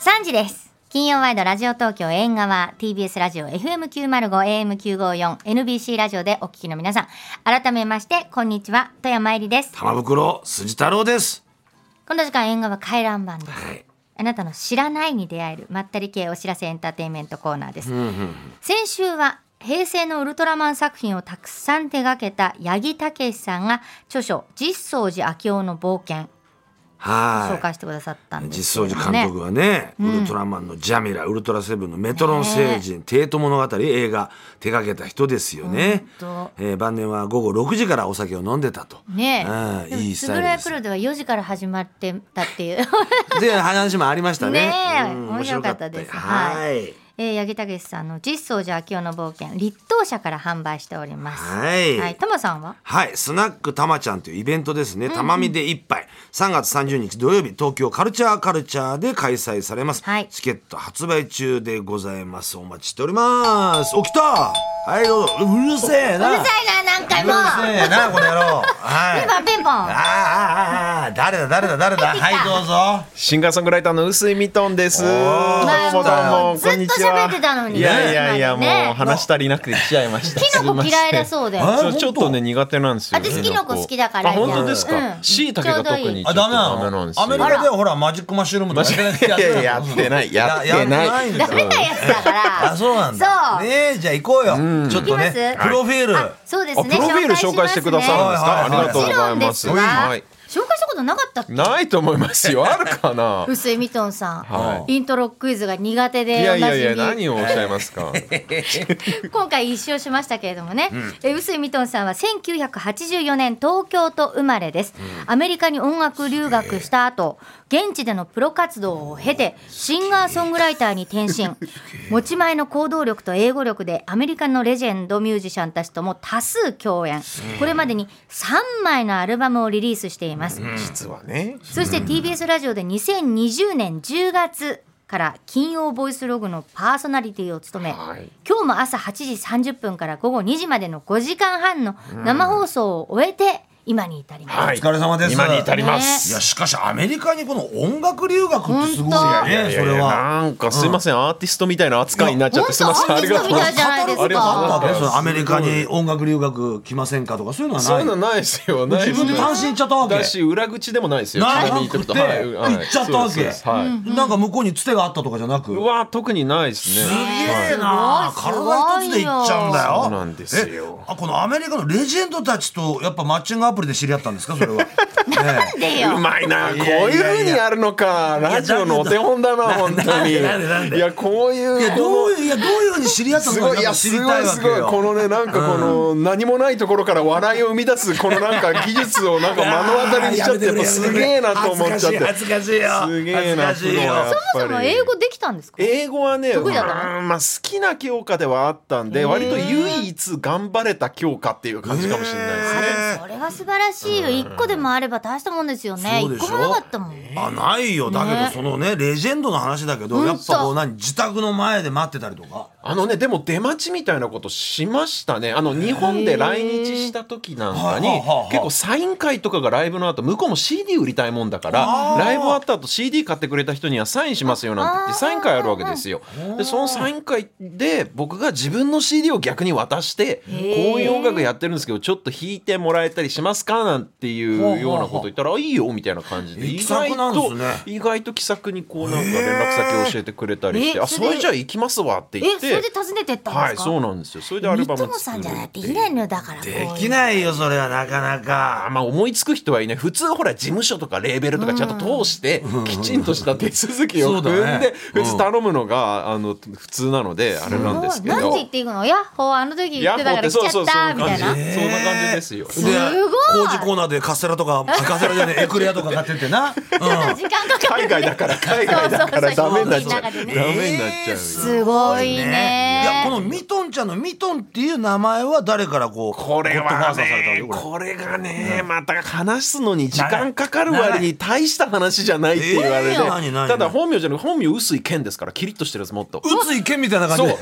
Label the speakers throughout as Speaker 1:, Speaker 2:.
Speaker 1: 3時です。金曜ワイドラジオ東京縁側 TBS ラジオ FM905 AM954 NBC ラジオでお聞きの皆さん改めましてこんにちは富山えりです
Speaker 2: 玉袋筋太郎です。
Speaker 1: この時間縁側回覧版です
Speaker 2: はい。
Speaker 1: あなたの知らないに出会えるまったり系お知らせエンターテインメントコーナーです、先週は平成のウルトラマン作品をたくさん手掛けた八木武さんが著書「実相寺昭夫の冒険」紹
Speaker 2: は
Speaker 1: 介してくださった
Speaker 2: い。
Speaker 1: んですけ
Speaker 2: 実
Speaker 1: ど
Speaker 2: 相
Speaker 1: ね、
Speaker 2: 寺監督がね、ウルトラマンのジャミラ、ウルトラセブンのメトロン星人、帝都物語映画手掛けた人ですよね。
Speaker 1: ほんと
Speaker 2: えー晩年は午後6時からお酒を飲んでたと。
Speaker 1: ね
Speaker 2: うん
Speaker 1: え、
Speaker 2: いいスタイ
Speaker 1: 円
Speaker 2: ルで
Speaker 1: 谷
Speaker 2: す
Speaker 1: プ。ロでは4時から始まってたっていう
Speaker 2: で話もありましたね。
Speaker 1: ねえ
Speaker 2: うん
Speaker 1: 面白かったです
Speaker 2: はい。
Speaker 1: えー八木武さんの「実相寺昭夫の冒険」立冬社から販売しております。
Speaker 2: はい
Speaker 1: はい、タマさんは
Speaker 2: はい、スナックたまちゃんというイベントですね。たまみで一杯。3月30日土曜日、東京カルチャーカルチャーで開催されます。
Speaker 1: はい
Speaker 2: チケット発売中でございます。お待ちしております。起きたはい、どうぞ。うるせえな。う
Speaker 1: うるさいな何回も
Speaker 2: うるせえな、この野郎。はい。
Speaker 1: ピンポンピンポン
Speaker 2: あーあーあーあー誰だ誰だ誰だはいどうぞ
Speaker 3: シンガーソングライターの臼井ミトンです。どう
Speaker 2: ー
Speaker 3: もどうも、
Speaker 1: ずっ
Speaker 3: ことんにちは。
Speaker 1: 喋ってたのに
Speaker 3: いやいやいや、
Speaker 1: ねね
Speaker 3: もう話足りなくて来ちゃいました。
Speaker 1: キノコ嫌いだ
Speaker 3: う。
Speaker 1: そうで
Speaker 2: あ
Speaker 3: そうちょっとね苦手なんですよ、ね。
Speaker 1: 私キノコ好きだから
Speaker 3: あ本当です
Speaker 1: う
Speaker 3: か
Speaker 1: ん。
Speaker 3: 椎茸が特にちょっとダメなんですよ。
Speaker 2: ではほらマジックマッシュルームとか
Speaker 3: いやいややってないやってない。
Speaker 2: んだ
Speaker 1: ダメなやつだから
Speaker 2: あ、そうなんだ。
Speaker 1: そう
Speaker 2: ねえ、じゃあ行こうよ。ちょっと
Speaker 1: 行き
Speaker 2: ね
Speaker 1: ま、す
Speaker 2: プロフィール。
Speaker 1: あそうです
Speaker 3: あ
Speaker 1: ね
Speaker 3: プロフィール紹介してくださるんですか。
Speaker 2: は
Speaker 3: あ
Speaker 2: い
Speaker 3: り
Speaker 2: はいはい
Speaker 3: がとうございます。
Speaker 1: もちろんですが
Speaker 3: はい。
Speaker 1: 紹介したことなかったっけ
Speaker 3: ないと思いますよ。あるか な。
Speaker 1: 薄井ミトンさん、
Speaker 3: は
Speaker 1: イントロクイズが苦手
Speaker 3: い
Speaker 1: で
Speaker 3: や
Speaker 1: お
Speaker 3: い
Speaker 1: な
Speaker 3: や
Speaker 1: じ
Speaker 3: い
Speaker 1: み
Speaker 3: や何をおっしゃいますか。
Speaker 1: 今回一勝しましたけれどもね、えー臼井ミトンさんは1984年東京と生まれです、アメリカに音楽留学した後現地でのプロ活動を経てシンガーソングライターに転身持ち前の行動力と英語力でアメリカのレジェンドミュージシャンたちとも多数共演これまでに3枚のアルバムをリリースしています、
Speaker 3: 実はね。
Speaker 1: そして TBS ラジオで2020年10月から金曜ボイスログのパーソナリティを務め、
Speaker 3: はい
Speaker 1: 今日も朝8時30分から午後2時までの5時間半の生放送を終えて今に至ります。
Speaker 3: はい。
Speaker 2: お疲れ様です
Speaker 3: 今に至りま
Speaker 1: ね
Speaker 3: す
Speaker 2: い。や、しかしアメリカにこの音楽留学ってすご
Speaker 1: 本
Speaker 2: いよ
Speaker 1: 当
Speaker 2: ね、それは。
Speaker 3: なんかすいません、アーティストみたいな扱いになっちゃってすいませんあ
Speaker 1: 本
Speaker 3: り
Speaker 1: 当
Speaker 3: が
Speaker 1: アー
Speaker 3: と
Speaker 1: ティ
Speaker 3: うご
Speaker 1: ストみたい
Speaker 3: ざい
Speaker 1: じゃないですか
Speaker 3: ますありがとう
Speaker 2: あ
Speaker 3: ございま
Speaker 2: った
Speaker 3: す
Speaker 2: そのアメリカに音楽留学来ませんかとかそういうの
Speaker 3: そういう
Speaker 2: は
Speaker 3: の
Speaker 2: ない
Speaker 3: ないですよない
Speaker 2: 自分で単身行っちゃったわけ
Speaker 3: だし裏口でもないですよ
Speaker 2: な
Speaker 3: ちなみに言っとくと
Speaker 2: なくて
Speaker 3: はいはい
Speaker 2: 行っちゃったわけ
Speaker 3: そうですはい
Speaker 2: なんか向こうにつてがあったとかじゃなく
Speaker 3: うわ特にないですね
Speaker 2: すげえな
Speaker 1: すごい
Speaker 2: 体一つで行っちゃうんだよ
Speaker 3: そうなんですよ
Speaker 2: えあこのアメリカのレジェンドたちとやっぱマッチングアプリで知り合ったんですかそれは ね
Speaker 1: なんでよ
Speaker 3: うまいなこう
Speaker 2: やいや
Speaker 3: いう風にやるのかラジオのお手本だな本当に
Speaker 2: なんでなんで
Speaker 3: いやこういう
Speaker 2: いやどういういやどういうふうに知り合った
Speaker 3: す
Speaker 2: の
Speaker 3: ご
Speaker 2: か
Speaker 3: い、い
Speaker 2: や
Speaker 3: や、
Speaker 2: っぱ知
Speaker 3: す
Speaker 2: り
Speaker 3: ご
Speaker 2: たい
Speaker 3: い、
Speaker 2: わ
Speaker 3: す
Speaker 2: け
Speaker 3: ごい、
Speaker 2: よ
Speaker 3: このね、なんかこの、何もないところから笑いを生み出す、このなんか技術をなんか目の当たりにしちゃって、やっぱすげえなと思っちゃって。
Speaker 2: 恥ずかしい恥ずかしいよ
Speaker 3: すげえな、
Speaker 2: 恥ずかしいよ
Speaker 3: プロはやっぱり
Speaker 1: そもそも英語できたんですか
Speaker 3: 英語はね、
Speaker 1: 得意だったの
Speaker 3: うんまあ好きな教科ではあったんで、割と唯一頑張れた教科っていう感じかもしれないです
Speaker 1: あ
Speaker 3: ね。
Speaker 1: でもそれは素晴らしいよ一個でもあれば大したもんですよね
Speaker 2: そうで
Speaker 1: 一
Speaker 2: しょ
Speaker 1: 個もなかったもんね
Speaker 2: あないよだけど
Speaker 1: ね
Speaker 2: そのねレジェンドの話だけど
Speaker 1: んと
Speaker 2: やっぱこう何自宅の前で待ってたりとか
Speaker 3: あのね、でも出待ちみたいなことしましたね。あの、日本で来日した時なんかに
Speaker 2: へーはあはあはあ、
Speaker 3: 結構サイン会とかがライブの後、向こうも CD 売りたいもんだから、ライブ終わった後 CD 買ってくれた人にはサインしますよなんて言って、サイン会あるわけですよ。で、そのサイン会で僕が自分の CD を逆に渡して、こういう音楽やってるんですけど、ちょっと弾いてもらえたりしますかなんていうようなこと言ったら、あいいよみたいな感じで、
Speaker 2: え
Speaker 3: 意
Speaker 2: 気さ
Speaker 3: 外
Speaker 2: くなんです
Speaker 3: と
Speaker 2: ね、
Speaker 3: 意外と気さくにこうなんか連絡先を教えてくれたりし
Speaker 1: へ
Speaker 3: て、
Speaker 1: ー
Speaker 3: あ、それじゃあ行きますわって言
Speaker 1: え
Speaker 3: っ
Speaker 1: そ
Speaker 3: て。
Speaker 1: れで訪ねてったん
Speaker 3: は
Speaker 1: です
Speaker 3: い
Speaker 1: か
Speaker 3: そうなんですよそれでアルバム
Speaker 1: 三友さ
Speaker 3: 作
Speaker 1: んじ
Speaker 3: る
Speaker 1: ゃない
Speaker 3: っ
Speaker 1: と
Speaker 3: て
Speaker 1: でき
Speaker 3: いう
Speaker 1: ないのよだからこういう
Speaker 2: で
Speaker 1: の
Speaker 2: きないよそれはなかな
Speaker 3: あ
Speaker 2: か
Speaker 3: まあ思いつく人はいない普通ほら事務所とかレーベルとかちゃんと通してきちんとした手続きを
Speaker 2: そう
Speaker 3: 踏
Speaker 2: だ
Speaker 3: ん
Speaker 2: ね
Speaker 3: で普通頼むのがあの普通なのであれなんですけど
Speaker 1: なんて言っていくのヤッホーあの時言ってたから来ちゃ
Speaker 3: そうそう
Speaker 1: っ
Speaker 3: そうい
Speaker 1: た
Speaker 3: う
Speaker 1: みた
Speaker 3: 感
Speaker 1: い
Speaker 3: じ
Speaker 1: な
Speaker 3: そんな感じですよ
Speaker 2: です
Speaker 1: ごい
Speaker 2: 工事コーナーでカステラとかあカステラじゃ ねえエクレアとか買ってってな、うん、
Speaker 1: 時間かか
Speaker 3: 海
Speaker 1: る
Speaker 3: 外だから海外だから
Speaker 1: そうそうそ
Speaker 3: ダメ
Speaker 1: う
Speaker 3: になっちゃうダ
Speaker 1: みんながね
Speaker 3: メになっちゃうよ
Speaker 1: すごいね
Speaker 2: いやこのミトンちゃんのミトンっていう名前は誰からこう
Speaker 3: これ
Speaker 2: ゴッドファ
Speaker 3: は
Speaker 2: ーザーされたわけ
Speaker 3: ね
Speaker 2: よこれ
Speaker 3: これがねまた話すのに時間かかる割に大した話じゃないって言われ
Speaker 2: え
Speaker 3: て
Speaker 2: ー何何
Speaker 3: ただ本名じゃなく本名臼井健ですからキリッとしてるんですもっと
Speaker 2: 宇津井健みたいな感じ
Speaker 3: そう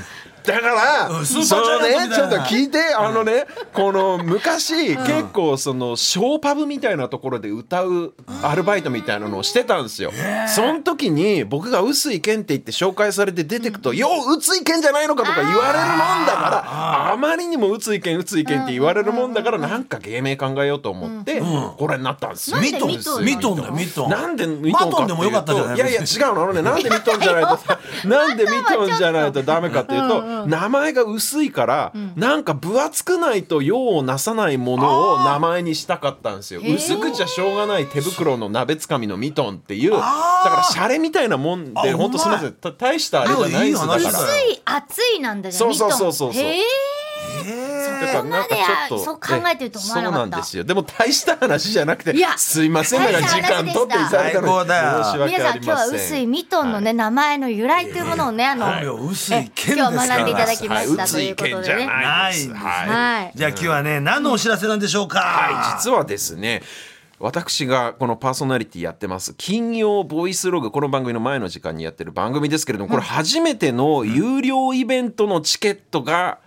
Speaker 2: で
Speaker 3: だから、
Speaker 4: うんスーパージ
Speaker 3: その
Speaker 4: ャイアントみ
Speaker 3: ね
Speaker 4: たい
Speaker 3: ちょ
Speaker 4: な
Speaker 3: っと聞いてあのね、この昔、結構そのショーパブみたいなところで歌うアルバイトみたいなのをしてたんですよ、その時に僕が臼井健って言って紹介されて出てくと「よう臼井健じゃないのか」とか言われるもんだからあまりにも臼井健臼井健って言われるもんだからなんか芸名考えようと思ってこれになったんですよ
Speaker 1: なんで
Speaker 4: ミトン
Speaker 1: ミトン
Speaker 4: ミトンだよミトン
Speaker 3: なんでミトン
Speaker 4: マト
Speaker 3: か
Speaker 4: ン
Speaker 3: って
Speaker 4: でも
Speaker 3: い
Speaker 4: よか
Speaker 3: う
Speaker 4: ったじゃな
Speaker 3: と
Speaker 4: い
Speaker 3: いやいや違うのあのねなんでミトンじゃないと さなんでミトンじゃないとダメかっていうと名前が薄いからなんか分厚くないと用をなさないものを名前にしたかったんですよ
Speaker 1: ー
Speaker 3: 薄くじゃしょうがない手袋の鍋つかみのミトンっていうだからシャレみたいなもん
Speaker 4: あ
Speaker 3: で本当すみませんた大したあれじゃないんで
Speaker 4: い
Speaker 3: す
Speaker 4: やいい
Speaker 3: だ
Speaker 4: 話
Speaker 3: か
Speaker 4: だ
Speaker 3: ら
Speaker 4: よ。
Speaker 1: つい熱いなんだじゃん
Speaker 3: そうそうそうそう
Speaker 1: ミトンへえ
Speaker 3: だからなんかちょっと
Speaker 1: そう考えてると思わなかった
Speaker 3: そうなんですよでも大した話じゃなくて
Speaker 1: いや
Speaker 3: すいませんなんか時間取っていただいたのに
Speaker 2: 大した話でした
Speaker 3: 申し訳
Speaker 1: 皆さ
Speaker 3: あ
Speaker 1: ん
Speaker 3: り
Speaker 1: 今日は
Speaker 3: ません
Speaker 1: 臼井ミトンのね、名前の由来というものをねあの、
Speaker 4: はい臼井
Speaker 1: え
Speaker 4: 健
Speaker 1: 今日
Speaker 4: ですから
Speaker 1: 学んでいただきましたと
Speaker 3: はい、
Speaker 1: いう
Speaker 3: う
Speaker 1: こと
Speaker 3: ついけんじ
Speaker 1: で
Speaker 3: ゃ
Speaker 1: ね。
Speaker 3: ないです。
Speaker 4: ないです
Speaker 3: はい
Speaker 1: はい。
Speaker 4: じゃあ今日はね何のお知らせなんでしょうか、
Speaker 3: はい、実はですね私がこのパーソナリティやってます金曜ボイスログこの番組の前の時間にやってる番組ですけれどもこれ初めての有料イベントのチケットが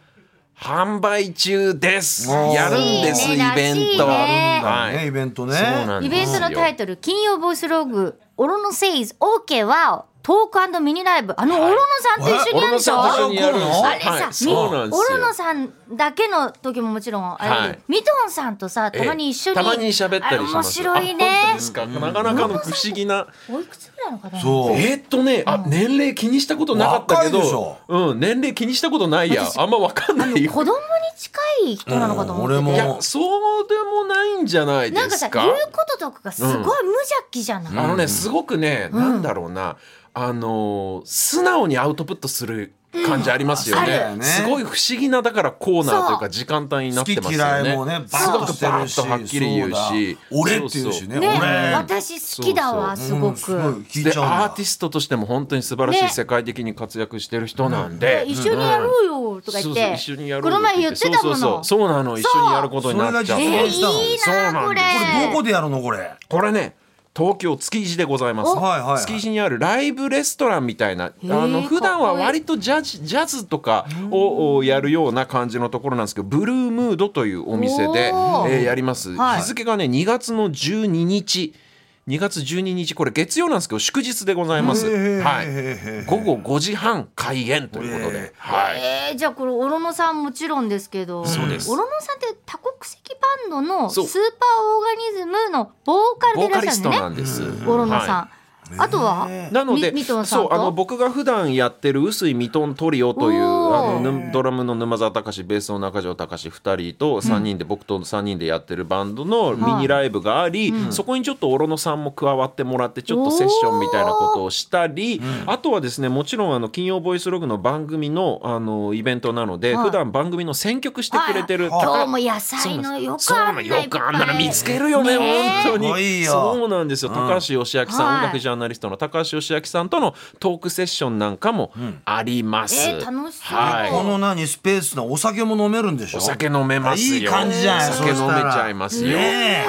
Speaker 3: 販売中ですやるんです
Speaker 1: らし
Speaker 3: イ
Speaker 1: いね
Speaker 3: ベント
Speaker 1: らしいね
Speaker 2: ねイベントね
Speaker 3: そうなん
Speaker 1: イ
Speaker 3: です
Speaker 1: ベ
Speaker 3: よ
Speaker 1: ントのタイトル「金曜ボイスログオロノセイズ OK ワオトークミニライブ」あのオロノさんと一緒にやるでしょ、
Speaker 3: 俺のさんと一緒にやるんですよ
Speaker 1: あれさ、
Speaker 3: はい、
Speaker 1: み
Speaker 3: そうなんですよ
Speaker 1: オロノさんだけの時ももちろんあれだけど、
Speaker 3: はい
Speaker 1: ミトンさんとさたまに一緒に、
Speaker 3: ええたまに喋ったりします
Speaker 1: あれ面白いね
Speaker 3: あ本当ですかなかなかの不思議な
Speaker 1: おいくつぐらいの方なの
Speaker 2: そう
Speaker 3: えーっとね、あ、年齢気にしたことなかったけ
Speaker 2: 若いでしょ
Speaker 3: ど、うん、年齢気にしたことないや、あんまわかんないよ。
Speaker 1: 子供に近い人なのかと思ってて、
Speaker 2: うん俺も
Speaker 3: いや、そうでもないんじゃないで
Speaker 1: なんか
Speaker 3: す
Speaker 1: さ
Speaker 3: か。
Speaker 1: 言うこととかがすごい無邪気じゃない、
Speaker 3: あのね、すごくね、なんだろうな、あのー、素直にアウトプットする感じありますよ
Speaker 1: うんある
Speaker 2: よ
Speaker 3: ね。
Speaker 2: ね
Speaker 3: すごい不思議な、だからコーナーという
Speaker 1: そう
Speaker 3: か時間帯にな
Speaker 2: 好
Speaker 3: っ
Speaker 2: き
Speaker 3: てますよね。
Speaker 2: 嫌いもねバ
Speaker 3: す
Speaker 2: ー
Speaker 3: ご
Speaker 2: ッと
Speaker 3: く
Speaker 2: して
Speaker 3: バ
Speaker 2: る
Speaker 3: ー
Speaker 2: し
Speaker 3: ッとはっきり言うし。
Speaker 4: 俺っていうしね
Speaker 1: ね
Speaker 4: 俺
Speaker 1: 私好きだわすごく。
Speaker 2: すごい聞いちゃ
Speaker 3: で
Speaker 2: うんだ
Speaker 3: アーティストとしても本当に素晴らしい
Speaker 1: ね
Speaker 3: 世界的に活躍してる人なんで、
Speaker 1: 一緒にやろうよとか言
Speaker 3: そ
Speaker 1: っ
Speaker 3: うそう
Speaker 1: て、
Speaker 3: 一緒にやろう
Speaker 1: この前言ってたもの
Speaker 3: そうそうそうそうなの一緒にやることになっちゃ
Speaker 2: そうう
Speaker 1: え
Speaker 2: それが
Speaker 1: ー、
Speaker 2: 実現したの
Speaker 1: いい
Speaker 3: そうなんで
Speaker 1: な
Speaker 3: す
Speaker 1: これ
Speaker 2: これどこでやるのこれ
Speaker 3: これね東京築地でございます、
Speaker 2: おはいはいはい
Speaker 3: 築地にあるライブレストランみたいなあ
Speaker 1: ー
Speaker 3: の普段
Speaker 1: かっ
Speaker 3: は
Speaker 1: こいい
Speaker 3: 割とジャズジャズとかをやるような感じのところなんですけどブルームードというお店で、え
Speaker 1: おー
Speaker 3: ーやります、
Speaker 1: はい
Speaker 3: 日付がね2月の12日2月12日これ月曜なんですけど祝日でございます、はい、午後5時半開演ということで、はい、
Speaker 1: えー、じゃあこれオロノさんもちろんですけど
Speaker 3: そうです
Speaker 1: オロノさんって多国籍バンドのスー
Speaker 3: そ
Speaker 1: パ
Speaker 3: う
Speaker 1: ーオーガニズムのボーカルで
Speaker 3: ボ
Speaker 1: い
Speaker 3: ー
Speaker 1: ら
Speaker 3: カ
Speaker 1: っし
Speaker 3: リ
Speaker 1: ゃる
Speaker 3: ス
Speaker 1: んでね
Speaker 3: トなんです、
Speaker 1: オロノ
Speaker 3: はい
Speaker 1: さん、あとは
Speaker 3: なので
Speaker 1: みミトンさん
Speaker 3: そ
Speaker 1: と
Speaker 3: うあの僕が普段やってる臼井ミトントリオという
Speaker 1: おー
Speaker 3: あのぬドラムの沼澤隆ベースの中条隆2人と3人で、僕と3人でやってるバンドのミニライブがあり、そこにちょっとオロノさんも加わってもらってちょっとセッションみたいなことをしたり、あとはですねもちろんあの金曜ボイスログの番組のあのイベントなので、
Speaker 1: はい
Speaker 3: 普段番組の選曲してくれてる
Speaker 1: 今
Speaker 3: 高
Speaker 1: 日も野菜のよく
Speaker 3: そう
Speaker 1: あ
Speaker 3: なん
Speaker 1: な
Speaker 3: の
Speaker 1: い
Speaker 3: よくあんなの見つけるよね
Speaker 1: ね
Speaker 3: 本
Speaker 2: す
Speaker 3: 当
Speaker 2: ごい
Speaker 3: に
Speaker 2: よ
Speaker 3: そうなんですよ高橋義明さん、
Speaker 1: はい
Speaker 3: 音楽ジャーナリストの高橋義明さんとのトークセッションなんかもあります、
Speaker 1: えー楽しそう
Speaker 3: はい
Speaker 2: この何スペースなお酒も飲めるんでしょ
Speaker 3: お酒飲めますよ
Speaker 2: いい感じじゃん
Speaker 3: お酒飲めちゃいますよ、
Speaker 2: ね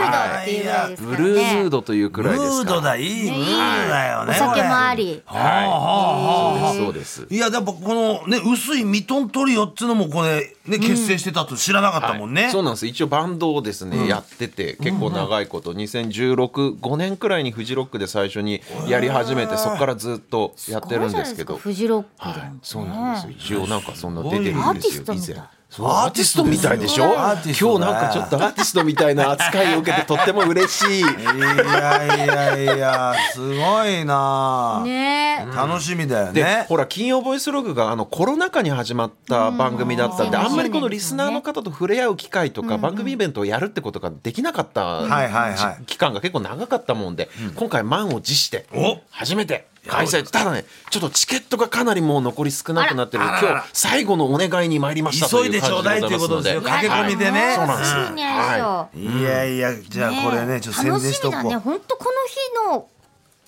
Speaker 2: え
Speaker 1: ムードっていうぐらいですからね
Speaker 2: ム
Speaker 3: ブルームードというくらいです
Speaker 2: ード
Speaker 3: か
Speaker 2: だいいムードだよね
Speaker 1: お酒もあ
Speaker 2: り
Speaker 1: り
Speaker 3: はいそうですそうです
Speaker 2: いやでもこのね薄いミトントリオっつうのもこれね結成してたと知らなかったもんね、
Speaker 3: はいそうなんです一応バンドをですね、やってて結構長いこと20165年くらいにフジロックで最初にやり始めてそこからずっとやってるんですけど
Speaker 1: フジロックでも、
Speaker 3: はい、そうなんですよ。一応なんかそんな出てる
Speaker 1: アー
Speaker 3: ん
Speaker 1: テ
Speaker 3: で
Speaker 1: ィ
Speaker 3: す
Speaker 1: ス
Speaker 3: よ。
Speaker 1: トみたい
Speaker 3: 以前。そうアーティストみたいでしょ。
Speaker 2: アーティストだ
Speaker 3: 今日なんかちょっとアーティストみたいな扱いを受けてとっても嬉しい。
Speaker 2: いやいやいやすごいな、
Speaker 1: ねえ
Speaker 2: 楽しみだよ
Speaker 3: で、
Speaker 2: ね
Speaker 3: ほら金曜ボイスログがあのコロナ禍に始まった番組だったんで、
Speaker 1: うん
Speaker 3: あんまりこのリスナーの方と触れ合う機会とか、番組イベントをやるってことができなかった、
Speaker 2: はいはいはい
Speaker 3: 期間が結構長かったもんで、今回満を持して
Speaker 2: お
Speaker 3: 初めて開催ただねちょっとチケットがかなりもう残り少なくなってる
Speaker 2: あら
Speaker 3: 今
Speaker 2: あらあら
Speaker 3: 日最後のお願いに参りましたと
Speaker 2: 急い
Speaker 3: いう
Speaker 2: でちょう
Speaker 3: 感じ
Speaker 2: だい
Speaker 3: で
Speaker 2: というこ
Speaker 3: ご
Speaker 2: と
Speaker 3: ざ
Speaker 2: で
Speaker 3: い
Speaker 2: すよ
Speaker 3: ますので
Speaker 2: 駆け込みでね
Speaker 3: そうなんですよ
Speaker 1: 楽しみにやるよ、
Speaker 2: いやいやじゃあこれねちょっと宣伝しとこう
Speaker 1: 楽みだね本当この日の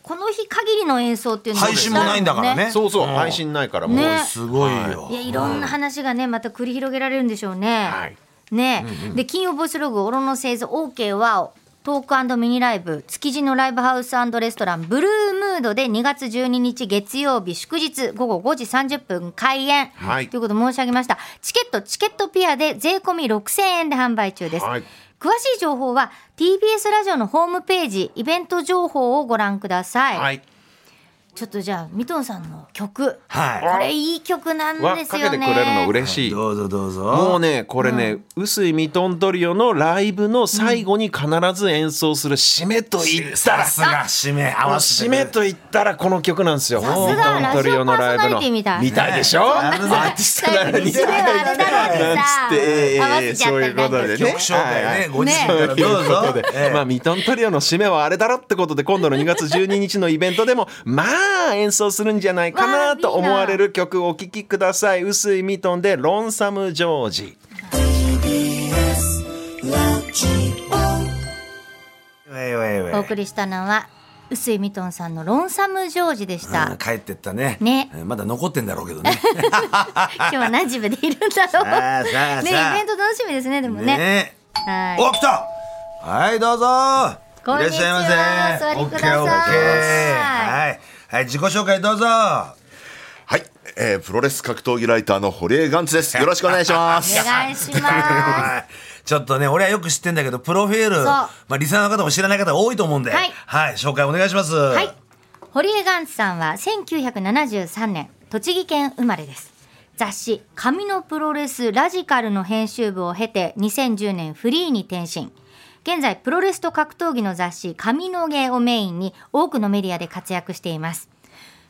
Speaker 1: この日限りの演奏っていうのが
Speaker 2: 配信もないんだからね
Speaker 3: そうそう、配信ないからもう、
Speaker 1: ね
Speaker 2: すごいよ、
Speaker 1: いやいろんな話がねまた繰り広げられるんでしょうね。
Speaker 3: はい
Speaker 1: ね、で金曜ボイスログオロノセイズ OK ワオトークミニライブ築地のライブハウスレストランブルームーードで2月12日月曜日祝日午後5時30分開演、
Speaker 3: はい
Speaker 1: ということを申し上げましたチケットチケットピアで税込み6000円で販売中です、
Speaker 3: はい
Speaker 1: 詳しい情報は TBS ラジオのホームページイベント情報をご覧ください、
Speaker 3: はい。
Speaker 1: ちょっとじゃあミトンさんの曲
Speaker 2: は
Speaker 1: これいい曲なん
Speaker 3: わ
Speaker 1: で
Speaker 3: か
Speaker 1: す
Speaker 3: け
Speaker 1: よ
Speaker 3: て
Speaker 1: ね
Speaker 3: くれるの嬉
Speaker 2: い。
Speaker 3: しい。
Speaker 2: どうぞどうぞ。
Speaker 3: もうねこれね、臼井ミトントリオのライブの最後に必ず演奏する締めと言った
Speaker 4: さ
Speaker 3: ら
Speaker 4: すが締め合わせて
Speaker 3: 締めと言ったらこの曲なんですよ。
Speaker 1: すが
Speaker 3: ミトントリオのライブ
Speaker 1: ラジオパーソナリ
Speaker 3: の
Speaker 1: ティみたい
Speaker 3: 見たいでしょ。ア
Speaker 4: ね
Speaker 3: ーティストなのに。
Speaker 1: それは あれだろう
Speaker 3: なん
Speaker 1: さ
Speaker 3: つってええ
Speaker 1: 合わせちゃったりなんか
Speaker 3: そういうことで
Speaker 1: して
Speaker 3: ね
Speaker 4: 曲紹介ねご自身
Speaker 1: ね
Speaker 4: からどうぞ
Speaker 3: ということでまあミトントリオの締めはあれだろってことで今度の2月12日のイベントでもまあ演奏するんじゃないか
Speaker 1: わあ
Speaker 3: なと思われ
Speaker 1: い
Speaker 3: る曲をお聴きください薄いミトンで「ロンサム・ジョージ」
Speaker 2: ウェイウェイウェイ
Speaker 1: お送りしたのは臼井ミトンさんの「ロンサムジョージ」でした、
Speaker 2: うん帰ってったね。
Speaker 1: ね
Speaker 2: うんまだ残ってんだろうけどね。
Speaker 1: 今日は何時までいるんだろう
Speaker 2: さあさあ
Speaker 1: ねイ
Speaker 2: さあ
Speaker 1: ベント楽しみ ですねでもね
Speaker 2: ね
Speaker 1: はい
Speaker 2: お、来たはい、どうぞ
Speaker 1: こんにちはい
Speaker 2: らっしゃいませ。
Speaker 1: お座りください
Speaker 2: オッケーオッケーはい。はい、自己紹介どうぞ
Speaker 5: はい、えープロレス格闘技ライターの堀江ガンツです。よろしくお願いします。
Speaker 1: お願いし ま
Speaker 2: はいちょっとね、俺はよく知ってんだけど、プロフィール、
Speaker 1: う
Speaker 2: まあ、リスナーの方も知らない方多いと思うんで、
Speaker 1: はい
Speaker 2: はい、紹介お願いします。
Speaker 1: す
Speaker 2: は
Speaker 1: はい。堀江ガンツさんは1973年栃木県生まれです雑誌「紙のプロレスラジカル」の編集部を経て2010年フリーに転身現在プロレスと格闘技の雑誌「紙の芸」をメインに多くのメディアで活躍しています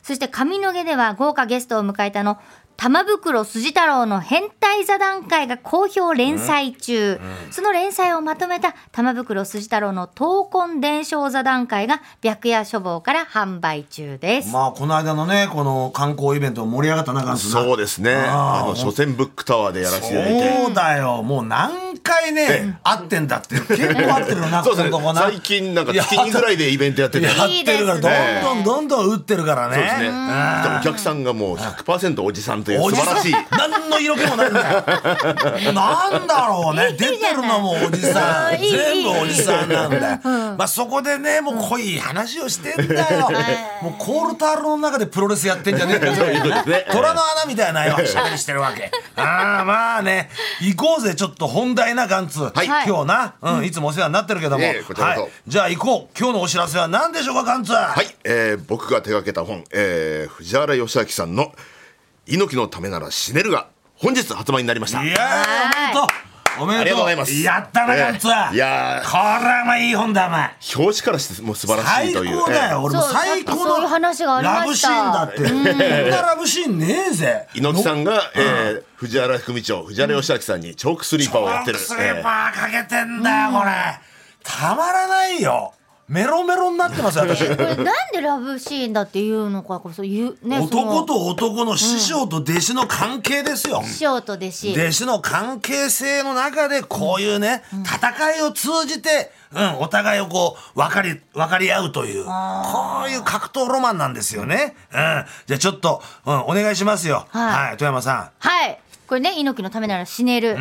Speaker 1: そして上野毛では豪華ゲストを迎えたの玉袋筋太郎の変態座談会が好評連載中、その連載をまとめた玉袋筋太郎の闘魂伝承座談会が白夜書房から販売中です。
Speaker 2: まあ、この間のね、この観光イベント盛り上がった中です
Speaker 5: そうですね。
Speaker 2: あ
Speaker 5: あ
Speaker 2: ー
Speaker 5: の、書店ブックタワーでやらせていただいて。
Speaker 2: そうだよ、もう何回ね、会ってんだって、結構会ってるよ な、
Speaker 5: そうです
Speaker 2: このと
Speaker 5: ね。
Speaker 2: こな
Speaker 5: 最近なんか月2ぐらいでイベントやってて。
Speaker 2: や
Speaker 5: そう
Speaker 2: ってるから、どんどんどんどん打ってるからね。
Speaker 5: ですね。しかもお客さんがもう100%おじさんという
Speaker 2: お
Speaker 5: 素
Speaker 2: じ
Speaker 5: 晴
Speaker 2: さ
Speaker 5: ら
Speaker 2: ん
Speaker 5: しい。
Speaker 2: 何の色気もないんだ よなんだろうね出てるのもおじさん
Speaker 1: いいいい
Speaker 2: 全部おじさんなんだよまあそこでねもう濃い話をしてんだよもうコールタールの中でプロレスやってんじゃねえっ て
Speaker 5: そういうことですね
Speaker 2: 虎の穴みたいなよしゃべりしてるわけああまあね行こうぜちょっと本題なガンツ、
Speaker 5: い
Speaker 2: 今日な、うん、いつもお世話になってるけども、
Speaker 5: いえいえこちらこそ
Speaker 2: はい、じゃあ行こう今日のお知らせは何でしょうかガンツ
Speaker 5: はい、えー僕が手掛けた本、えー藤原義明さんの猪木のためなら死ねるが、本日発売になりました。
Speaker 2: いやーおめ
Speaker 5: あり
Speaker 2: でと
Speaker 5: がとう
Speaker 2: うお
Speaker 5: ございま
Speaker 2: めでと
Speaker 5: す
Speaker 2: うやったな
Speaker 5: ええ
Speaker 2: ガンツはい
Speaker 5: や
Speaker 2: これもいい本だお前
Speaker 5: 表紙からしてもう素晴らしい
Speaker 2: 最
Speaker 5: という。
Speaker 2: 高だ
Speaker 5: え
Speaker 2: よ
Speaker 5: ー
Speaker 2: 俺も
Speaker 1: そう
Speaker 2: 最高
Speaker 1: そういう
Speaker 2: の
Speaker 1: 話がありま
Speaker 2: ラブ
Speaker 1: し
Speaker 2: シ
Speaker 1: た
Speaker 2: ーンだってこんなラブシーンねえぜ
Speaker 5: 猪木さ
Speaker 2: ノ
Speaker 5: んが、えー藤原副部長、藤原義明さんにチョークスリーパーをやってる。
Speaker 2: ックスリ
Speaker 5: え
Speaker 2: ー
Speaker 5: ー
Speaker 2: パーかけてんだよこれたまらないよメロメロになってますよ 私
Speaker 1: これなんでラブシーンだっていうのかこそ言うね
Speaker 2: 男
Speaker 1: その
Speaker 2: と男の師匠と弟子の関係ですよ
Speaker 1: 師匠と弟子
Speaker 2: 弟子の関係性の中でこういうね、戦いを通じて、うん、お互いをこう分かり分かり合うというこういう格闘ロマンなんですよね、うん、じゃあちょっと、うん、お願いしますよ
Speaker 1: は
Speaker 2: はいい、富山さ
Speaker 1: はいこれね猪木のためなら死ねる、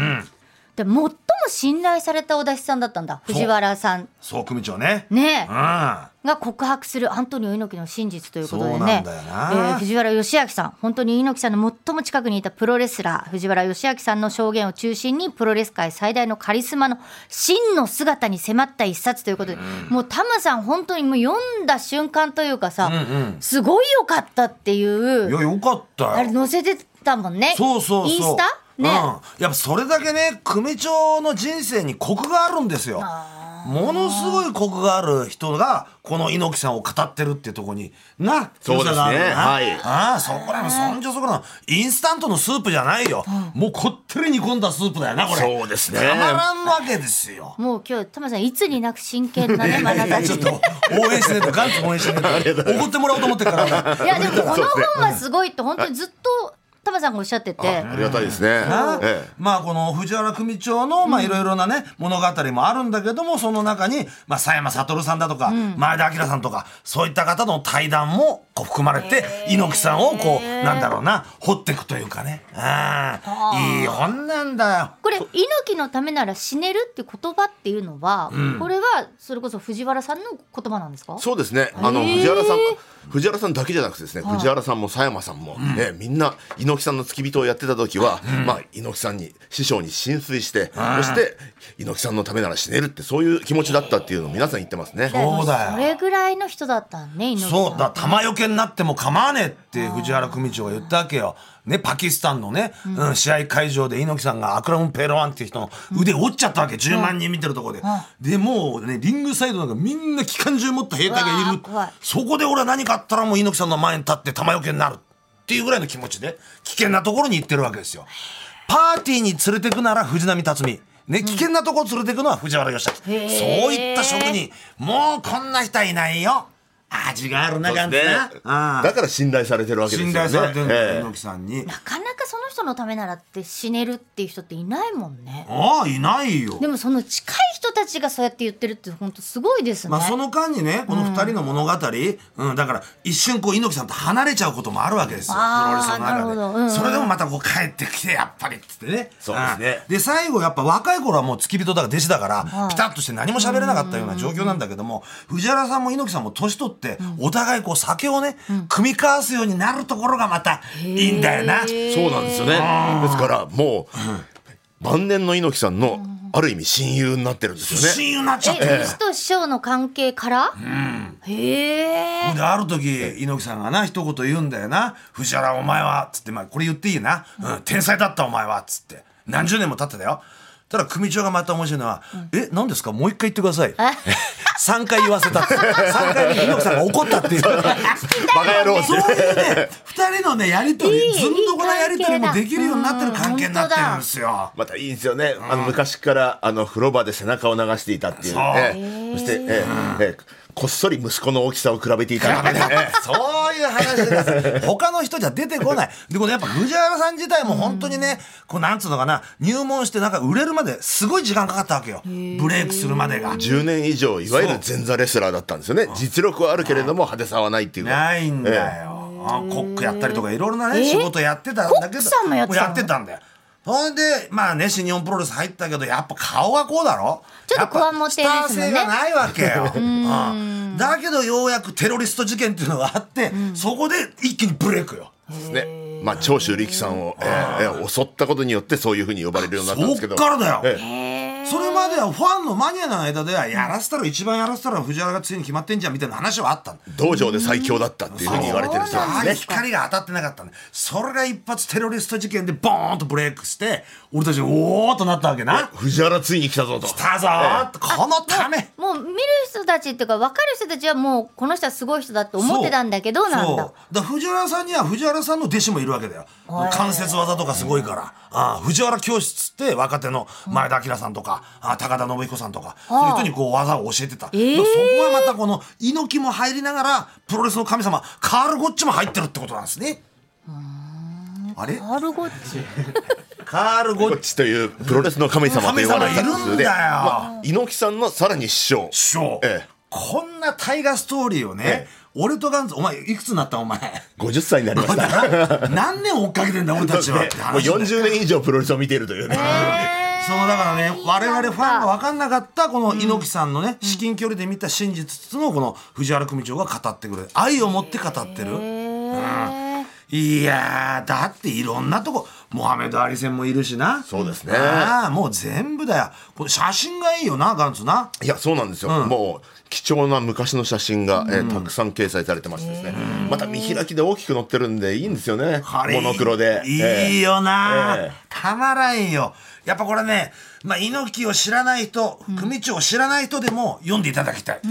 Speaker 1: で最も信頼されたお弟子さんだったんだ藤原さん
Speaker 2: ん総組長ね
Speaker 1: ね
Speaker 2: うんあ
Speaker 1: が告白するアントニオ猪木の真実ということでね
Speaker 2: そうなんだよな
Speaker 1: えー藤原義明さん本当に猪木さんの最も近くにいたプロレスラー藤原義明さんの証言を中心にプロレス界最大のカリスマの真の姿に迫った一冊ということで、もうタマさん本当にもう読んだ瞬間というかさ、すごい良かったっていう
Speaker 2: いやよかったよ
Speaker 1: あれ載せてたもんね
Speaker 2: そうそうそう
Speaker 1: インスタね、
Speaker 2: うん、やっぱそれだけね組長の人生にコクがあるんですよものすごいコクがある人がこの猪木さんを語ってるってとこにな
Speaker 5: そうですね
Speaker 2: 良さがあるな
Speaker 5: はい
Speaker 2: ああそこらのそんじょそこらのインスタントのスープじゃないよ、もうこってり煮込んだスープだよなこれ
Speaker 5: そうですね
Speaker 2: たまらんわけですよ
Speaker 1: もう今日タマさんいつになく真剣な ね眼差
Speaker 2: ちょ
Speaker 1: し
Speaker 2: っと応援してねとガンツ応援してねと怒ってもらおうと思ってるから
Speaker 1: いやでもこの本はすごいって本当にずっとタマさんがおっしゃってて
Speaker 5: ありがたいですね。
Speaker 2: な
Speaker 5: ええ
Speaker 2: まあこの藤原組長のまあいろいろなね物語もあるんだけどもその中にまあ佐山悟さんだとか前田明さんとかそういった方の対談もこう含まれて、猪木さんをこう、なんだろうな、掘っていくというかね。うん。いい本なんだよ。
Speaker 1: これ猪木のためなら死ねるって言葉っていうのは、これはそれこそ藤原さんの言葉なんですか
Speaker 5: そうですね。あの
Speaker 1: へー
Speaker 5: 藤原さん、藤原さんだけじゃなくてですね、藤原さんも佐山さんも、ね、みんな猪木さんの付き人をやってた時は、まあ猪木さんに師匠に心酔して、そして猪木さんのためなら死ねるってそういう気持ちだったっていうのを皆さん言ってますね。
Speaker 2: そうだよ
Speaker 1: それぐらいの人だったんね猪木さん
Speaker 2: そうだ玉よけになっても構わねえって藤原組長が言ったわけよ、ね、パキスタンのね、うん、試合会場で猪木さんがアクラム・ペーロワンっていう人の腕折っちゃったわけ10万人見てるとこで、でもうねリングサイドなんかみんな機関銃持った兵隊がいう
Speaker 1: わー
Speaker 2: る
Speaker 1: 怖い
Speaker 2: そこで俺は何かあったらもう猪木さんの前に立って玉よけになるっていうぐらいの気持ちで危険なところに行ってるわけですよパーティーに連れてくなら藤波辰巳ね、危険なとこ連れてくのは藤原義明、
Speaker 1: へー
Speaker 2: そういった職人 もうこんな人はいないよ味があるな
Speaker 5: そう
Speaker 2: 感
Speaker 5: で
Speaker 2: じ
Speaker 5: すね
Speaker 2: な、あ
Speaker 5: だから信頼されてるわけですよね。
Speaker 2: 信頼されてるんだよ、
Speaker 5: ええ
Speaker 2: 猪木さんに
Speaker 1: なかなかその人のためならって死ねるっていう人っていないもんね
Speaker 2: ああいないよ
Speaker 1: でもその近い人たちがそうやって言ってるって本当すごいですね、
Speaker 2: まあその間にねこの二人の物語、うんだから一瞬こう猪木さんと離れちゃうこともあるわけですよプ
Speaker 1: あー
Speaker 2: ロレスの
Speaker 1: なるほどうん
Speaker 2: 中で、
Speaker 1: うん
Speaker 2: それでもまたこう帰ってきてやっぱりっつってね
Speaker 5: そうですね
Speaker 2: んで最後やっぱ若い頃はもう付き人だから弟子だから、ピタッとして何も喋れなかったような状況なんだけども、藤原さんも猪木さんも年取って、お互いこう酒をね、組み交わすようになるところがまたいいんだよな。
Speaker 5: そうなんですよね。ですからもう晩年の猪木さんのある意味親友になってるんですよね。
Speaker 2: 親友になっちゃって
Speaker 1: え、弟子と師匠の関係から、へえ
Speaker 2: である時猪木さんがな一言言うんだよな「藤原お前は」つって、まあ、これ言っていいな、うん「天才だったお前は」つって何十年も経ってたよただ組長がまた面白いのは「え何ですかもう一回言ってください」3回 言わせたって3回目猪木さんが怒ったっていう
Speaker 5: バカ野郎って
Speaker 2: そういうね2人のねやり取
Speaker 1: い
Speaker 2: り
Speaker 1: い
Speaker 2: ずんどこなやり取りもできるようになってる
Speaker 1: いい
Speaker 2: 関
Speaker 1: 関係だ
Speaker 2: 係になってるんですよ。
Speaker 5: またいいですよね、あの昔からあの風呂場で背中を流していたっていう、
Speaker 2: そう
Speaker 5: ええそして、ええええこっそり息子の大きさを比べていたっていうね
Speaker 2: そういう話です。他の人じゃ出てこない。で、このやっぱ藤原さん自体も本当にね、こうなんつうのかな、入門してなんか売れるまですごい時間かかったわけよ。ブレイクするまでが。
Speaker 5: 10年以上いわゆる前座レスラーだったんですよね実力はあるけれども派手さはないっていうか
Speaker 2: ないんだ
Speaker 5: え
Speaker 2: よ。あコックやったりとかいろいろな
Speaker 1: え
Speaker 2: ね、
Speaker 1: ー
Speaker 2: 仕事やってたんだけ
Speaker 1: コック
Speaker 2: ど、
Speaker 1: さんもやってたの
Speaker 2: やってたんだよ。ほんで、まあね、新日本プロレス入ったけど、やっぱ顔がこうだろ
Speaker 1: ちょっとこわもてですもんね
Speaker 2: やっぱスター性がないわけよ。うんだけど、ようやくテロリスト事件っていうのがあって、そこで一気にブレイクよ。
Speaker 5: えですねまあ長州力さんを、ええええ襲ったことによってそういうふうに呼ばれるようになったんですけど
Speaker 2: そっからだよ
Speaker 5: ええ
Speaker 2: それまではファンのマニアの間ではやらせたら一番やらせたら藤原がついに決まってんじゃんみたいな話はあったの
Speaker 5: 道場で最強だったっていうふうに言われてる人
Speaker 2: そう
Speaker 5: なん
Speaker 2: あ
Speaker 5: で
Speaker 2: れ
Speaker 5: すね
Speaker 2: 光が当たってなかったんでそれが一発テロリスト事件でボーンとブレイクして俺たちおおとなったわけな
Speaker 5: 藤原ついに来たぞと
Speaker 2: 来たぞーこのため
Speaker 1: もう見る人たちっていうか分かる人たちはもうこの人はすごい人だって思ってたんだけどなん
Speaker 2: そう
Speaker 1: だ
Speaker 2: だから藤原さんには藤原さんの弟子もいるわけだよ関節技とかすごいからああ藤原教室って若手の前田明さんとか、ああ高田信彦さんとかそういう人にこう技を教えてた、
Speaker 1: ー
Speaker 2: だからそこはまたこの猪木も入りながらプロレスの神様カール・ゴッチも入ってるってことなんですねあれ
Speaker 1: カールゴッチ
Speaker 2: カール・ゴ
Speaker 5: こ
Speaker 2: ッ
Speaker 5: っ
Speaker 2: チ
Speaker 5: ちというプロレスの神様と呼ばれた
Speaker 2: 神様いるんだ
Speaker 5: で、
Speaker 2: よ
Speaker 5: まあ、猪木さんのさらに師匠
Speaker 2: 師匠、
Speaker 5: ええ
Speaker 2: こんな大河ストーリーをね、
Speaker 5: ええ
Speaker 2: 俺とガンズお前いくつになったお前
Speaker 5: 50歳になりました
Speaker 2: 何年追っかけてんだ俺たちはって
Speaker 5: もう
Speaker 2: 話だよ
Speaker 5: 40年以上プロレスを見ているというね、
Speaker 2: そうだからね我々ファンが分かんなかったこの猪木さんのね至近距離で見た真実のこの藤原組長が語ってくれる愛を持って語ってるいやーだっていろんなとこモハメド・アリ戦もいるしな
Speaker 5: そうですね
Speaker 2: ああもう全部だよこれ写真がいいよなガンツない
Speaker 5: やそうなんですよ、もう貴重な昔の写真が、えーたくさん掲載されてましてですねまた見開きで大きく載ってるんでいいんですよね
Speaker 2: これ
Speaker 5: モノクロで
Speaker 2: いい
Speaker 5: え
Speaker 2: いいよな、
Speaker 5: ええ
Speaker 2: たまらんよやっぱこれね、まあ、猪木を知らない人組長を知らない人でも読んでいただきたい、こう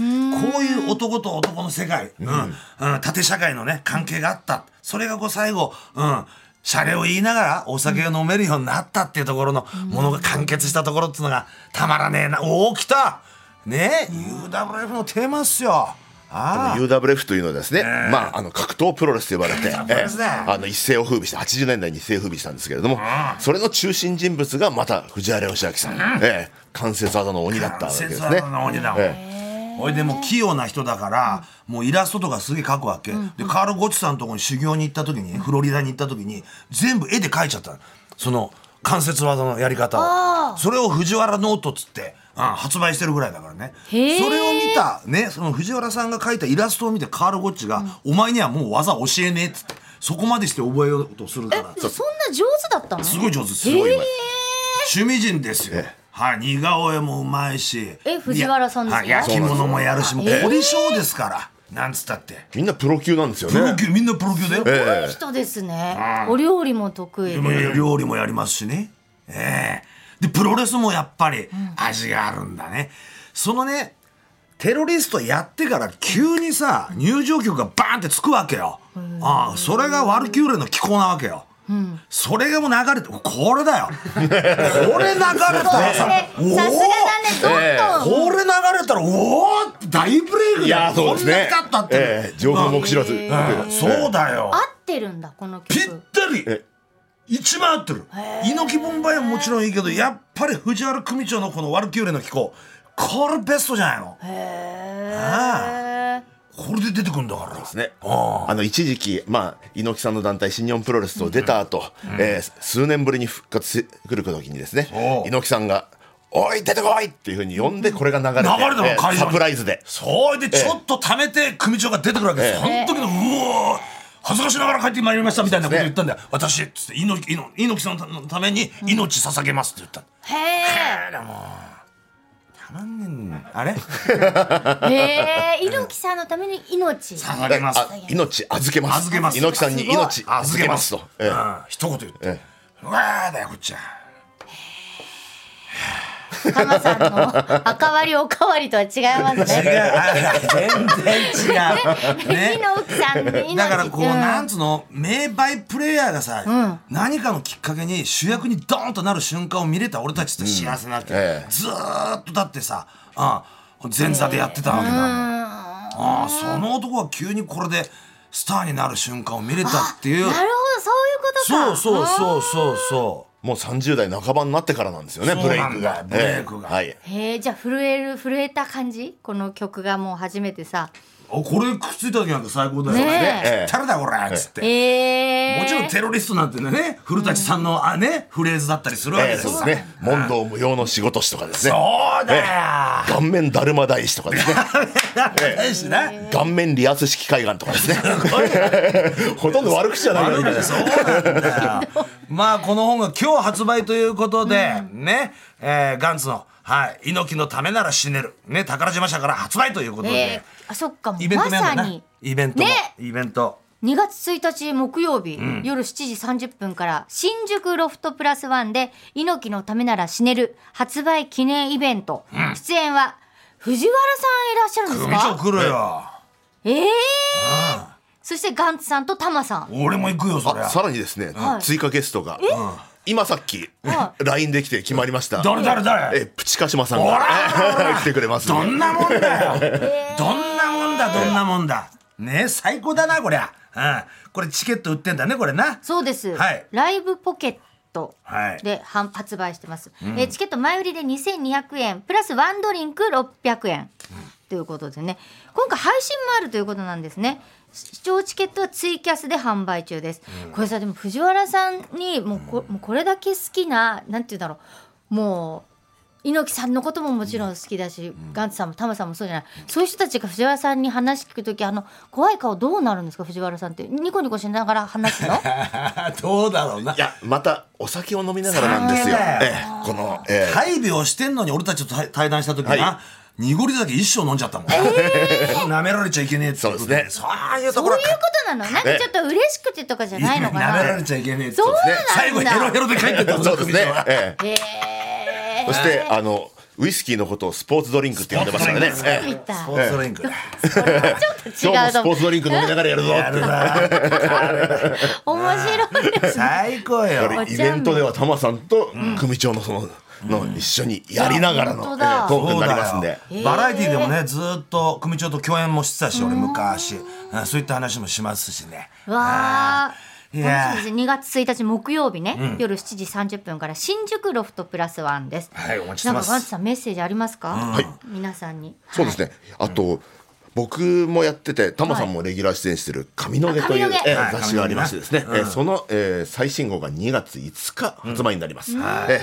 Speaker 2: いう男と男の世界、うんうん縦社会のね関係があったそれがこう最後うんシャレを言いながらお酒が飲めるようになったっていうところのものが完結したところっていうのがたまらねえなおお来たねえ UWF のテーマっすよああ
Speaker 5: UWF というのはですね、まあ、あの格闘プロレスと呼ばれ て、え
Speaker 2: レスね
Speaker 5: えあの一世を風靡して80年代に一世を風靡したんですけれども、それの中心人物がまた藤原義明さん、ええ関節技の鬼だったわけですね
Speaker 2: 関節技の鬼だもん
Speaker 5: ええ
Speaker 2: ほいでもう器用な人だから、もうイラストとかすげえ描くわけ、でカール・ゴチさんのとこに修行に行った時にフロリダに行った時に全部絵で描いちゃったのその関節技のやり方をそれを藤原ノートっつって、うん発売してるぐらいだからねそ
Speaker 1: へー
Speaker 2: れを見た、ね、その藤原さんが描いたイラストを見てカール・ゴッチが「お前にはもう技教えねえ」っつってそこまでして覚えようとするから
Speaker 1: そんな上手だったの
Speaker 2: すごい上手すごい今趣味人ですよ。はい、似顔絵もうまいし。
Speaker 1: え藤原さんですか
Speaker 2: いやはい焼き物もやるし、もう
Speaker 1: そうなんです
Speaker 2: 凝り性ですから。なんつったって。
Speaker 5: みんなプロ級なんですよ
Speaker 2: プロ
Speaker 5: ね。
Speaker 2: 級、みんなプロ級だよ。
Speaker 1: いい人ですねお料理も得意
Speaker 2: でも料理もやりますしね。ええで、プロレスもやっぱり味があるんだね。そのね、テロリストやってから急にさ、入場曲がバーンってつくわけよ。ああ、それがワルキューレの気候なわけよ。それがもう流れて、これだよ。これ流れたら
Speaker 1: さす
Speaker 2: さ
Speaker 1: が、だねどんどん
Speaker 2: これ流れたら、おお大ブレイクだよ
Speaker 5: いやそうですね。
Speaker 2: こんな光ったって。
Speaker 5: ええ情報も知らず。
Speaker 2: うんそうだよ。
Speaker 1: 合ってるんだこの
Speaker 2: ぴっ
Speaker 1: 曲
Speaker 2: たり一番合ってる猪木ボンバイはもちろんいいけどやっぱり藤原組長のこの「ワルキューレの気候」これベストじゃないの
Speaker 1: へえ
Speaker 2: あこれで出てくんだから
Speaker 5: ですね。あの一時期、まあ、猪木さんの団体新日本プロレスを出た後、えー数年ぶりに復活してくる時にですね
Speaker 2: おう
Speaker 5: 猪木さんが「おい出てこい!」っていうふうに呼んでこれが流れて、
Speaker 2: 流れたの
Speaker 5: えー
Speaker 2: 会場に
Speaker 5: サプライズで
Speaker 2: そうでちょっと溜めて組長が出てくるわけです、
Speaker 1: ええ
Speaker 2: その時の「うおー恥ずかしながら帰ってまいりました」みたいなこと言ったんだよ「私」っつって猪木猪木猪木さんのために命捧げますって言った、
Speaker 1: へ
Speaker 2: たまんねんねあれ
Speaker 1: えへえ猪木さんのために命
Speaker 2: 捧げます
Speaker 5: あ命預けます
Speaker 2: 預けます
Speaker 5: 猪木さんに命預
Speaker 2: 預
Speaker 5: け
Speaker 2: け
Speaker 5: ま
Speaker 2: ますす
Speaker 5: と
Speaker 2: と、、
Speaker 5: えー
Speaker 2: うん、一言言って「
Speaker 5: え
Speaker 2: うわーだよこっちは」
Speaker 1: カマさんの 赤割りおかわりとは違います
Speaker 2: 違う
Speaker 1: ね。
Speaker 2: 全然違う。ね。
Speaker 1: 猪木さんの命
Speaker 2: だからこう、
Speaker 1: うん
Speaker 2: なんつうの名バイプレイヤーがさ、何かのきっかけに主役にドーンとなる瞬間を見れた俺たちって幸せなわけ、
Speaker 5: ええ
Speaker 2: ずーっとだってさ、うん、前座でやってたわけだもん、ああその男が急にこれでスターになる瞬間を見れたっていう
Speaker 1: なるほどそういうこと
Speaker 2: そ
Speaker 1: か。
Speaker 2: うそうそうそうそ
Speaker 5: もう30代半ばになってからなんですよね
Speaker 2: そう
Speaker 5: ブレイ
Speaker 2: なんだ
Speaker 5: クが
Speaker 2: ブレイクが
Speaker 5: えーはい
Speaker 1: へえじゃあ震える震えた感じこの曲がもう初めてさ。
Speaker 2: うあこれくっついた時なんか最高だよ
Speaker 1: ね
Speaker 5: え
Speaker 2: 誰だこれっつって、
Speaker 1: へえ。
Speaker 2: もちろんテロリストなんてね古舘さんの、あねフレーズだったりするわけ
Speaker 5: え
Speaker 2: で
Speaker 5: ー
Speaker 2: す
Speaker 5: そう
Speaker 2: よ
Speaker 5: ですね問答無用の仕事師とかですね
Speaker 2: そうだよ、
Speaker 5: 顔面だるま大師とか ですね
Speaker 2: 大事な
Speaker 5: 顔面リアス式海岸とかですね ほとんど悪口じゃない
Speaker 2: 悪いねそうなんだよ まあこの本が今日発売ということで、ね、えーガンツの、はい「猪木のためなら死ねる」ね宝島社から発売ということで、
Speaker 1: へえあそっかも
Speaker 2: イ
Speaker 1: う
Speaker 2: ベント
Speaker 1: ま
Speaker 2: もやんだ
Speaker 1: さ
Speaker 2: な、
Speaker 1: に
Speaker 2: イベントも、
Speaker 1: ね
Speaker 2: イベント
Speaker 1: 2月1日木曜日、夜7時30分から新宿ロフトプラスワンで猪木のためなら死ねる発売記念イベント、出演は藤原さんいらっしゃるん
Speaker 2: 組
Speaker 1: です
Speaker 2: 長
Speaker 1: か
Speaker 2: 来るよ
Speaker 1: ええそしてガンツさんとタマさん
Speaker 2: 俺も行くよそりゃ
Speaker 5: あさらにですね、
Speaker 1: はい
Speaker 5: 追加ゲストが、今さっき、
Speaker 1: は
Speaker 5: LINE できて決まりました。
Speaker 2: 誰誰誰
Speaker 5: え、プチカシマさん
Speaker 2: ほ
Speaker 5: が
Speaker 2: らほら
Speaker 5: 来てくれます。
Speaker 2: どんなもんだよ。 どんなもんだ、どんなもんだ。ね、最高だな、こりゃ。うん、これチケット売ってんだね、これ
Speaker 5: 。
Speaker 2: な。
Speaker 1: そうです、
Speaker 2: はい
Speaker 1: ライブポケット
Speaker 2: はい
Speaker 1: で販発売してます、えーチケット前売りで2200円プラスワンドリンク600円、ということでね今回配信もあるということなんですね視聴チケットはツイキャスで販売中です、これさでも藤原さんにもうこもうこれだけ好きななんて言うんだろうもう猪木さんのことももちろん好きだし、ガンツさんもタマさんもそうじゃない、そういう人たちが藤原さんに話聞くときあの怖い顔どうなるんですか藤原さんってニコニコしながら話すの
Speaker 2: どうだろうない
Speaker 5: や、またお酒を飲みながらなんですよ。
Speaker 2: 酒だよ
Speaker 5: ええ、この、ええ
Speaker 2: 大病してんのに俺たちと対対談した時な、
Speaker 5: は
Speaker 2: 濁り酒一生飲んじゃったも ん、舐められちゃいけねえってこと
Speaker 5: そうです
Speaker 2: そういうとこ
Speaker 1: そう
Speaker 2: ろ
Speaker 1: いうことなのなんかちょっと嬉しくてとかじゃないのか
Speaker 2: 舐めら
Speaker 1: な
Speaker 2: れちゃいけねえって
Speaker 1: そうなんだ
Speaker 2: 最後ヘロヘロで帰ってったもん
Speaker 5: そうですね
Speaker 2: 組長は。
Speaker 5: ええ
Speaker 1: へえ
Speaker 5: そして、あの、ウイスキーのことをスポーツドリンクって呼んでますからね。え
Speaker 1: み
Speaker 5: え
Speaker 1: たい
Speaker 2: スポーツドリンクだ
Speaker 1: ちょ
Speaker 5: 今日
Speaker 1: っ
Speaker 5: も
Speaker 1: と違うと
Speaker 5: スポ
Speaker 1: 思
Speaker 5: ー
Speaker 1: う
Speaker 5: ツドリンク飲みながらやるぞ
Speaker 2: やるな
Speaker 1: 面白いです
Speaker 2: 最高よ
Speaker 1: お茶目
Speaker 5: イベントではタマさんと組長のその、の一緒にやりながらの、
Speaker 1: う
Speaker 5: ええ
Speaker 1: ん本当だ
Speaker 5: トークになりますんで。
Speaker 2: そうだよバラエティでもねずーっと組長と共演もしてたし俺昔うんそういった話もしますしね
Speaker 1: わあ楽し
Speaker 2: い
Speaker 1: み
Speaker 2: や
Speaker 1: ですね2月1日木曜日ね、夜7時30分から新宿ロフトプラスワンです。
Speaker 2: はいお待ちして
Speaker 1: なん
Speaker 2: ま
Speaker 1: か
Speaker 2: す
Speaker 1: ワンツさんメッセージありますか？
Speaker 5: はい
Speaker 1: 皆さんに。
Speaker 5: そうですね。あと、僕もやってて、タマさんもレギュラー出演してる「髪の毛」とい
Speaker 1: あ
Speaker 5: う
Speaker 1: 髪の、毛
Speaker 5: えー
Speaker 2: はい
Speaker 5: 雑誌がありましてですね、えーその、えー最新号が2月5日発売になります。えー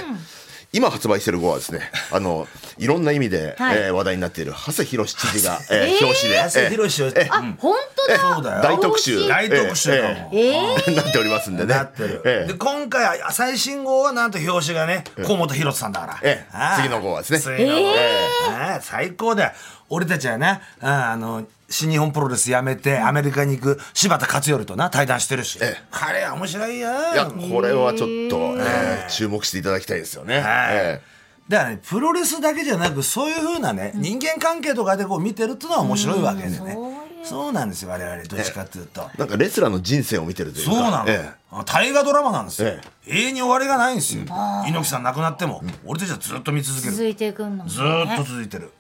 Speaker 5: 今発売してる号はですね、あの、いろんな意味で、
Speaker 1: はい
Speaker 5: えー話題になっている、長谷博知事が、えー
Speaker 1: えー
Speaker 5: 表紙で、
Speaker 2: 長谷博士を
Speaker 1: あ、本当だ。
Speaker 2: そうだよ
Speaker 5: 大特集。
Speaker 2: 大特集
Speaker 5: え
Speaker 2: だ
Speaker 5: ー
Speaker 2: もん
Speaker 5: えー
Speaker 1: ええ
Speaker 5: なっておりますんでね。
Speaker 2: なってる、
Speaker 5: ええ
Speaker 2: で今回最新号はなんと表紙がね河本博さんだから、
Speaker 5: ええ
Speaker 2: ああ
Speaker 5: 次の号はですね
Speaker 2: 次の号
Speaker 5: え
Speaker 2: ああ最高だよ俺たちはなあああの新日本プロレス辞めてアメリカに行く柴田勝頼とな対談してるし、
Speaker 5: ええ
Speaker 2: 彼は面白いよ
Speaker 5: いや、これはちょっと、えー注目していただきたいですよね。
Speaker 2: はい
Speaker 5: え
Speaker 2: だからねプロレスだけじゃなくそういうふうなね、人間関係とかでこう見てるっていうのは面白いわけでね、そうなんですよ我々どっちかっていうと、
Speaker 5: ーなんかレスラーの人生を見てるというか。
Speaker 2: そうなの、
Speaker 5: ええ
Speaker 2: あ大河ドラマなんですよ、
Speaker 5: え
Speaker 2: 永遠に終わりがないんですよ、猪木さん亡くなっても、俺たちはずっと見続ける
Speaker 1: 続いていくんだもんね。
Speaker 2: ずーっと続いてる。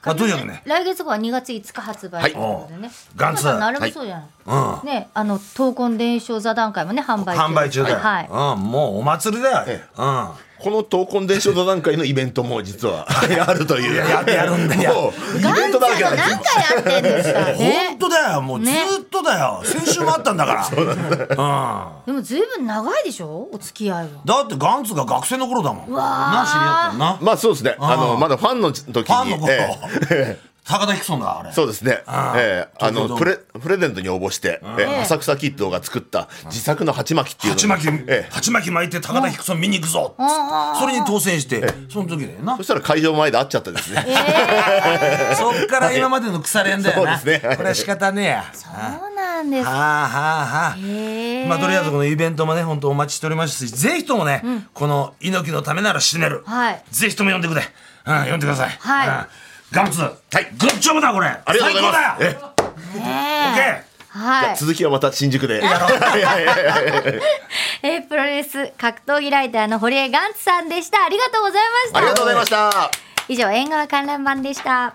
Speaker 2: まあ、とにかくね、
Speaker 1: 来月号は2月5日発売ということでね。
Speaker 2: ガンツー
Speaker 1: なるそうじゃない。ね、あの闘魂伝承座談会もね販売中。
Speaker 2: 販売中だよ。
Speaker 1: はい。
Speaker 2: うん、もうお祭りだよ。
Speaker 5: え
Speaker 2: うん。
Speaker 5: この闘魂伝承座談会のイベントも実は あるという。
Speaker 2: ややるんだよ
Speaker 5: もうイ
Speaker 1: ガ
Speaker 5: ベ
Speaker 1: ン
Speaker 5: ン
Speaker 1: ツ
Speaker 5: トだ
Speaker 1: ー
Speaker 5: らけな
Speaker 1: と
Speaker 5: んですよ。
Speaker 1: 何回やってんですかね
Speaker 2: 本。当だよ。もうず
Speaker 1: ね
Speaker 2: ーっとだよ。先週もあったん だから。
Speaker 1: でもずいぶん長いでしょお付き合いは。
Speaker 2: だってガンツが学生の頃だもん。
Speaker 1: わー
Speaker 2: な知り合ったのな。
Speaker 5: まあそうですね。あのまだファンの時に、
Speaker 2: ファンの頃
Speaker 5: ええ
Speaker 2: 高田ヒクソンだあれ。
Speaker 5: そうですね。ええあ
Speaker 2: 東京ド
Speaker 5: の
Speaker 2: ーム
Speaker 5: プレプレゼントに応募して、ええ浅草キッドが作った自作の鉢巻きっていうの
Speaker 2: 鉢巻き、
Speaker 5: ええ
Speaker 2: 鉢巻き巻いて高田ヒクソン見に行くぞ。それに当選して、その時だよな
Speaker 5: そ。したら会場前で会っちゃったですね。
Speaker 2: そっから今までの腐れんだよな。
Speaker 5: そうですねはい
Speaker 2: これは仕方ねえや。
Speaker 1: そうなんです
Speaker 2: はあ。はあはあ。
Speaker 1: へえ
Speaker 2: まあ、とりあえずこのイベントもね本当お待ちしておりますしぜひともね、この「猪木のためなら死ねる」
Speaker 1: はい
Speaker 2: ぜひとも読んでくれ、うん、読んでください、
Speaker 1: はい
Speaker 2: うんガンツ、はい、グッジョブだこれあ
Speaker 5: りがとうございます
Speaker 2: 最高だよ
Speaker 1: ねえ
Speaker 2: OK
Speaker 1: は い。
Speaker 5: 続きはまた新宿で。
Speaker 1: えープロレス格闘技ライターの堀江ガンツさんでした。ありがとうございました。
Speaker 5: ありがとうございました。
Speaker 1: 以上、縁側観覧版でした。